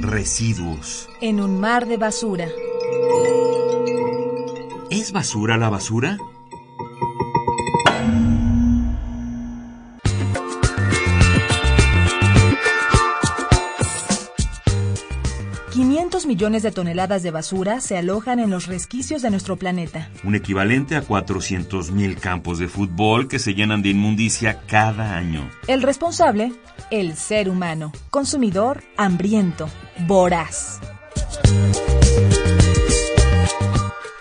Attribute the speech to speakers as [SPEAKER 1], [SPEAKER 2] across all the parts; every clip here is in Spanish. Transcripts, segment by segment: [SPEAKER 1] Residuos.
[SPEAKER 2] En un mar de basura.
[SPEAKER 1] ¿Es basura la basura?
[SPEAKER 2] ¿500 millones de toneladas de basura se alojan en los resquicios de nuestro planeta?
[SPEAKER 1] Un equivalente a 400.000 campos de fútbol que se llenan de inmundicia cada año.
[SPEAKER 2] El responsable, el ser humano, consumidor, hambriento, voraz.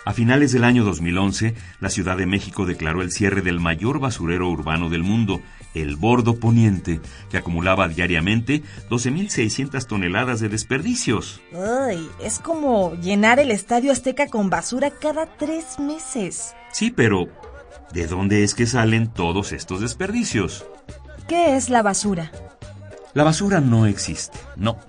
[SPEAKER 1] A finales del año 2011, la Ciudad de México declaró el cierre del mayor basurero urbano del mundo, el Bordo Poniente, que acumulaba diariamente 12.600 toneladas de desperdicios.
[SPEAKER 2] Ay, es como llenar el estadio Azteca con basura cada tres meses.
[SPEAKER 1] Sí, pero ¿de dónde es que salen todos estos desperdicios?
[SPEAKER 2] ¿Qué es la basura?
[SPEAKER 1] La basura no existe, no.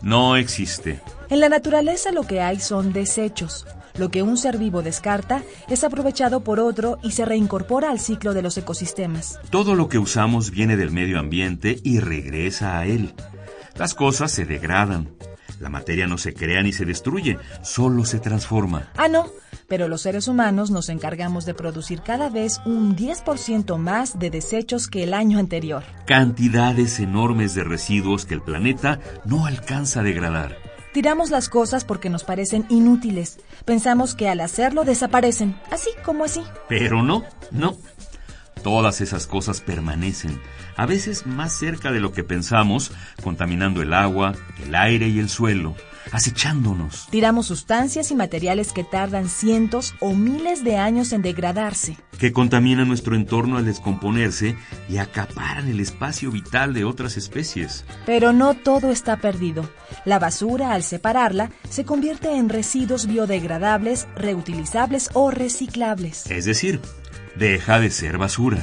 [SPEAKER 1] No existe.
[SPEAKER 2] En la naturaleza lo que hay son desechos. Lo que un ser vivo descarta es aprovechado por otro y se reincorpora al ciclo de los ecosistemas.
[SPEAKER 1] Todo lo que usamos viene del medio ambiente y regresa a él. Las cosas se degradan. La materia no se crea ni se destruye, solo se transforma.
[SPEAKER 2] Ah, no, pero los seres humanos nos encargamos de producir cada vez un 10% más de desechos que el año anterior.
[SPEAKER 1] Cantidades enormes de residuos que el planeta no alcanza a degradar.
[SPEAKER 2] Tiramos las cosas porque nos parecen inútiles. Pensamos que al hacerlo desaparecen, así como así.
[SPEAKER 1] Pero no, no. Todas esas cosas permanecen, a veces más cerca de lo que pensamos, contaminando el agua, el aire y el suelo, acechándonos.
[SPEAKER 2] Tiramos sustancias y materiales que tardan cientos o miles de años en degradarse.
[SPEAKER 1] que contaminan nuestro entorno al descomponerse y acaparan el espacio vital de otras especies.
[SPEAKER 2] Pero no todo está perdido. La basura, al separarla, se convierte en residuos biodegradables, reutilizables o reciclables.
[SPEAKER 1] Es decir, deja de ser basura.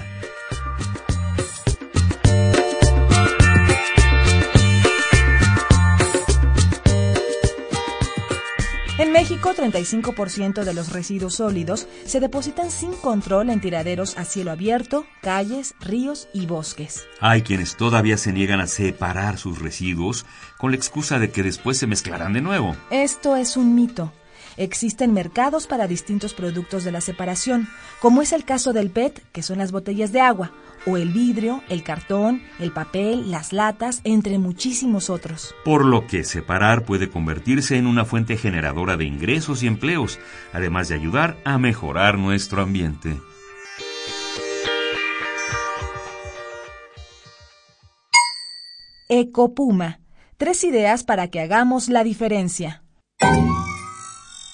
[SPEAKER 2] En México, 35% de los residuos sólidos se depositan sin control en tiraderos a cielo abierto, calles, ríos y bosques.
[SPEAKER 1] Hay quienes todavía se niegan a separar sus residuos con la excusa de que después se mezclarán de nuevo.
[SPEAKER 2] Esto es un mito. Existen mercados para distintos productos de la separación, como es el caso del PET, que son las botellas de agua, o el vidrio, el cartón, el papel, las latas, entre muchísimos otros.
[SPEAKER 1] Por lo que separar puede convertirse en una fuente generadora de ingresos y empleos, además de ayudar a mejorar nuestro ambiente.
[SPEAKER 2] Ecopuma. Tres ideas para que hagamos la diferencia.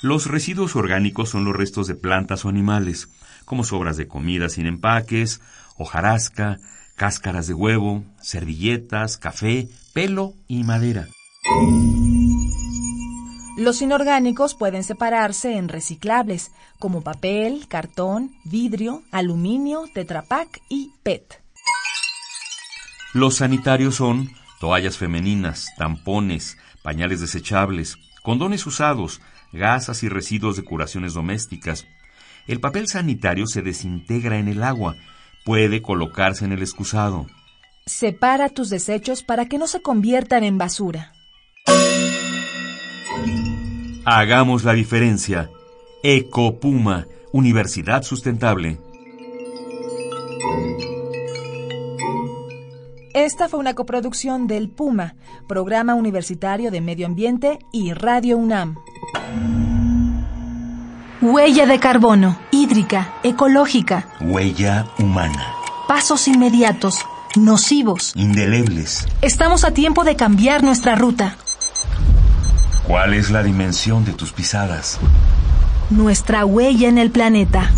[SPEAKER 1] Los residuos orgánicos son los restos de plantas o animales, como sobras de comida sin empaques, hojarasca, cáscaras de huevo, servilletas, café, pelo y madera.
[SPEAKER 2] Los inorgánicos pueden separarse en reciclables, como papel, cartón, vidrio, aluminio, tetrapac y PET.
[SPEAKER 1] Los sanitarios son toallas femeninas, tampones, pañales desechables, condones usados, gasas y residuos de curaciones domésticas. El papel sanitario se desintegra en el agua, puede colocarse en el excusado.
[SPEAKER 2] Separa tus desechos para que no se conviertan en basura.
[SPEAKER 1] Hagamos la diferencia. Ecopuma, Universidad Sustentable.
[SPEAKER 2] Esta fue una coproducción del Puma, Programa Universitario de Medio Ambiente y Radio UNAM.
[SPEAKER 3] Huella de carbono, hídrica, ecológica,
[SPEAKER 1] Huella humana.
[SPEAKER 3] pasos inmediatos, nocivos.
[SPEAKER 1] Indelebles.
[SPEAKER 3] Estamos a tiempo de cambiar nuestra ruta.
[SPEAKER 1] ¿Cuál es la dimensión de tus pisadas?
[SPEAKER 3] Nuestra huella en el planeta.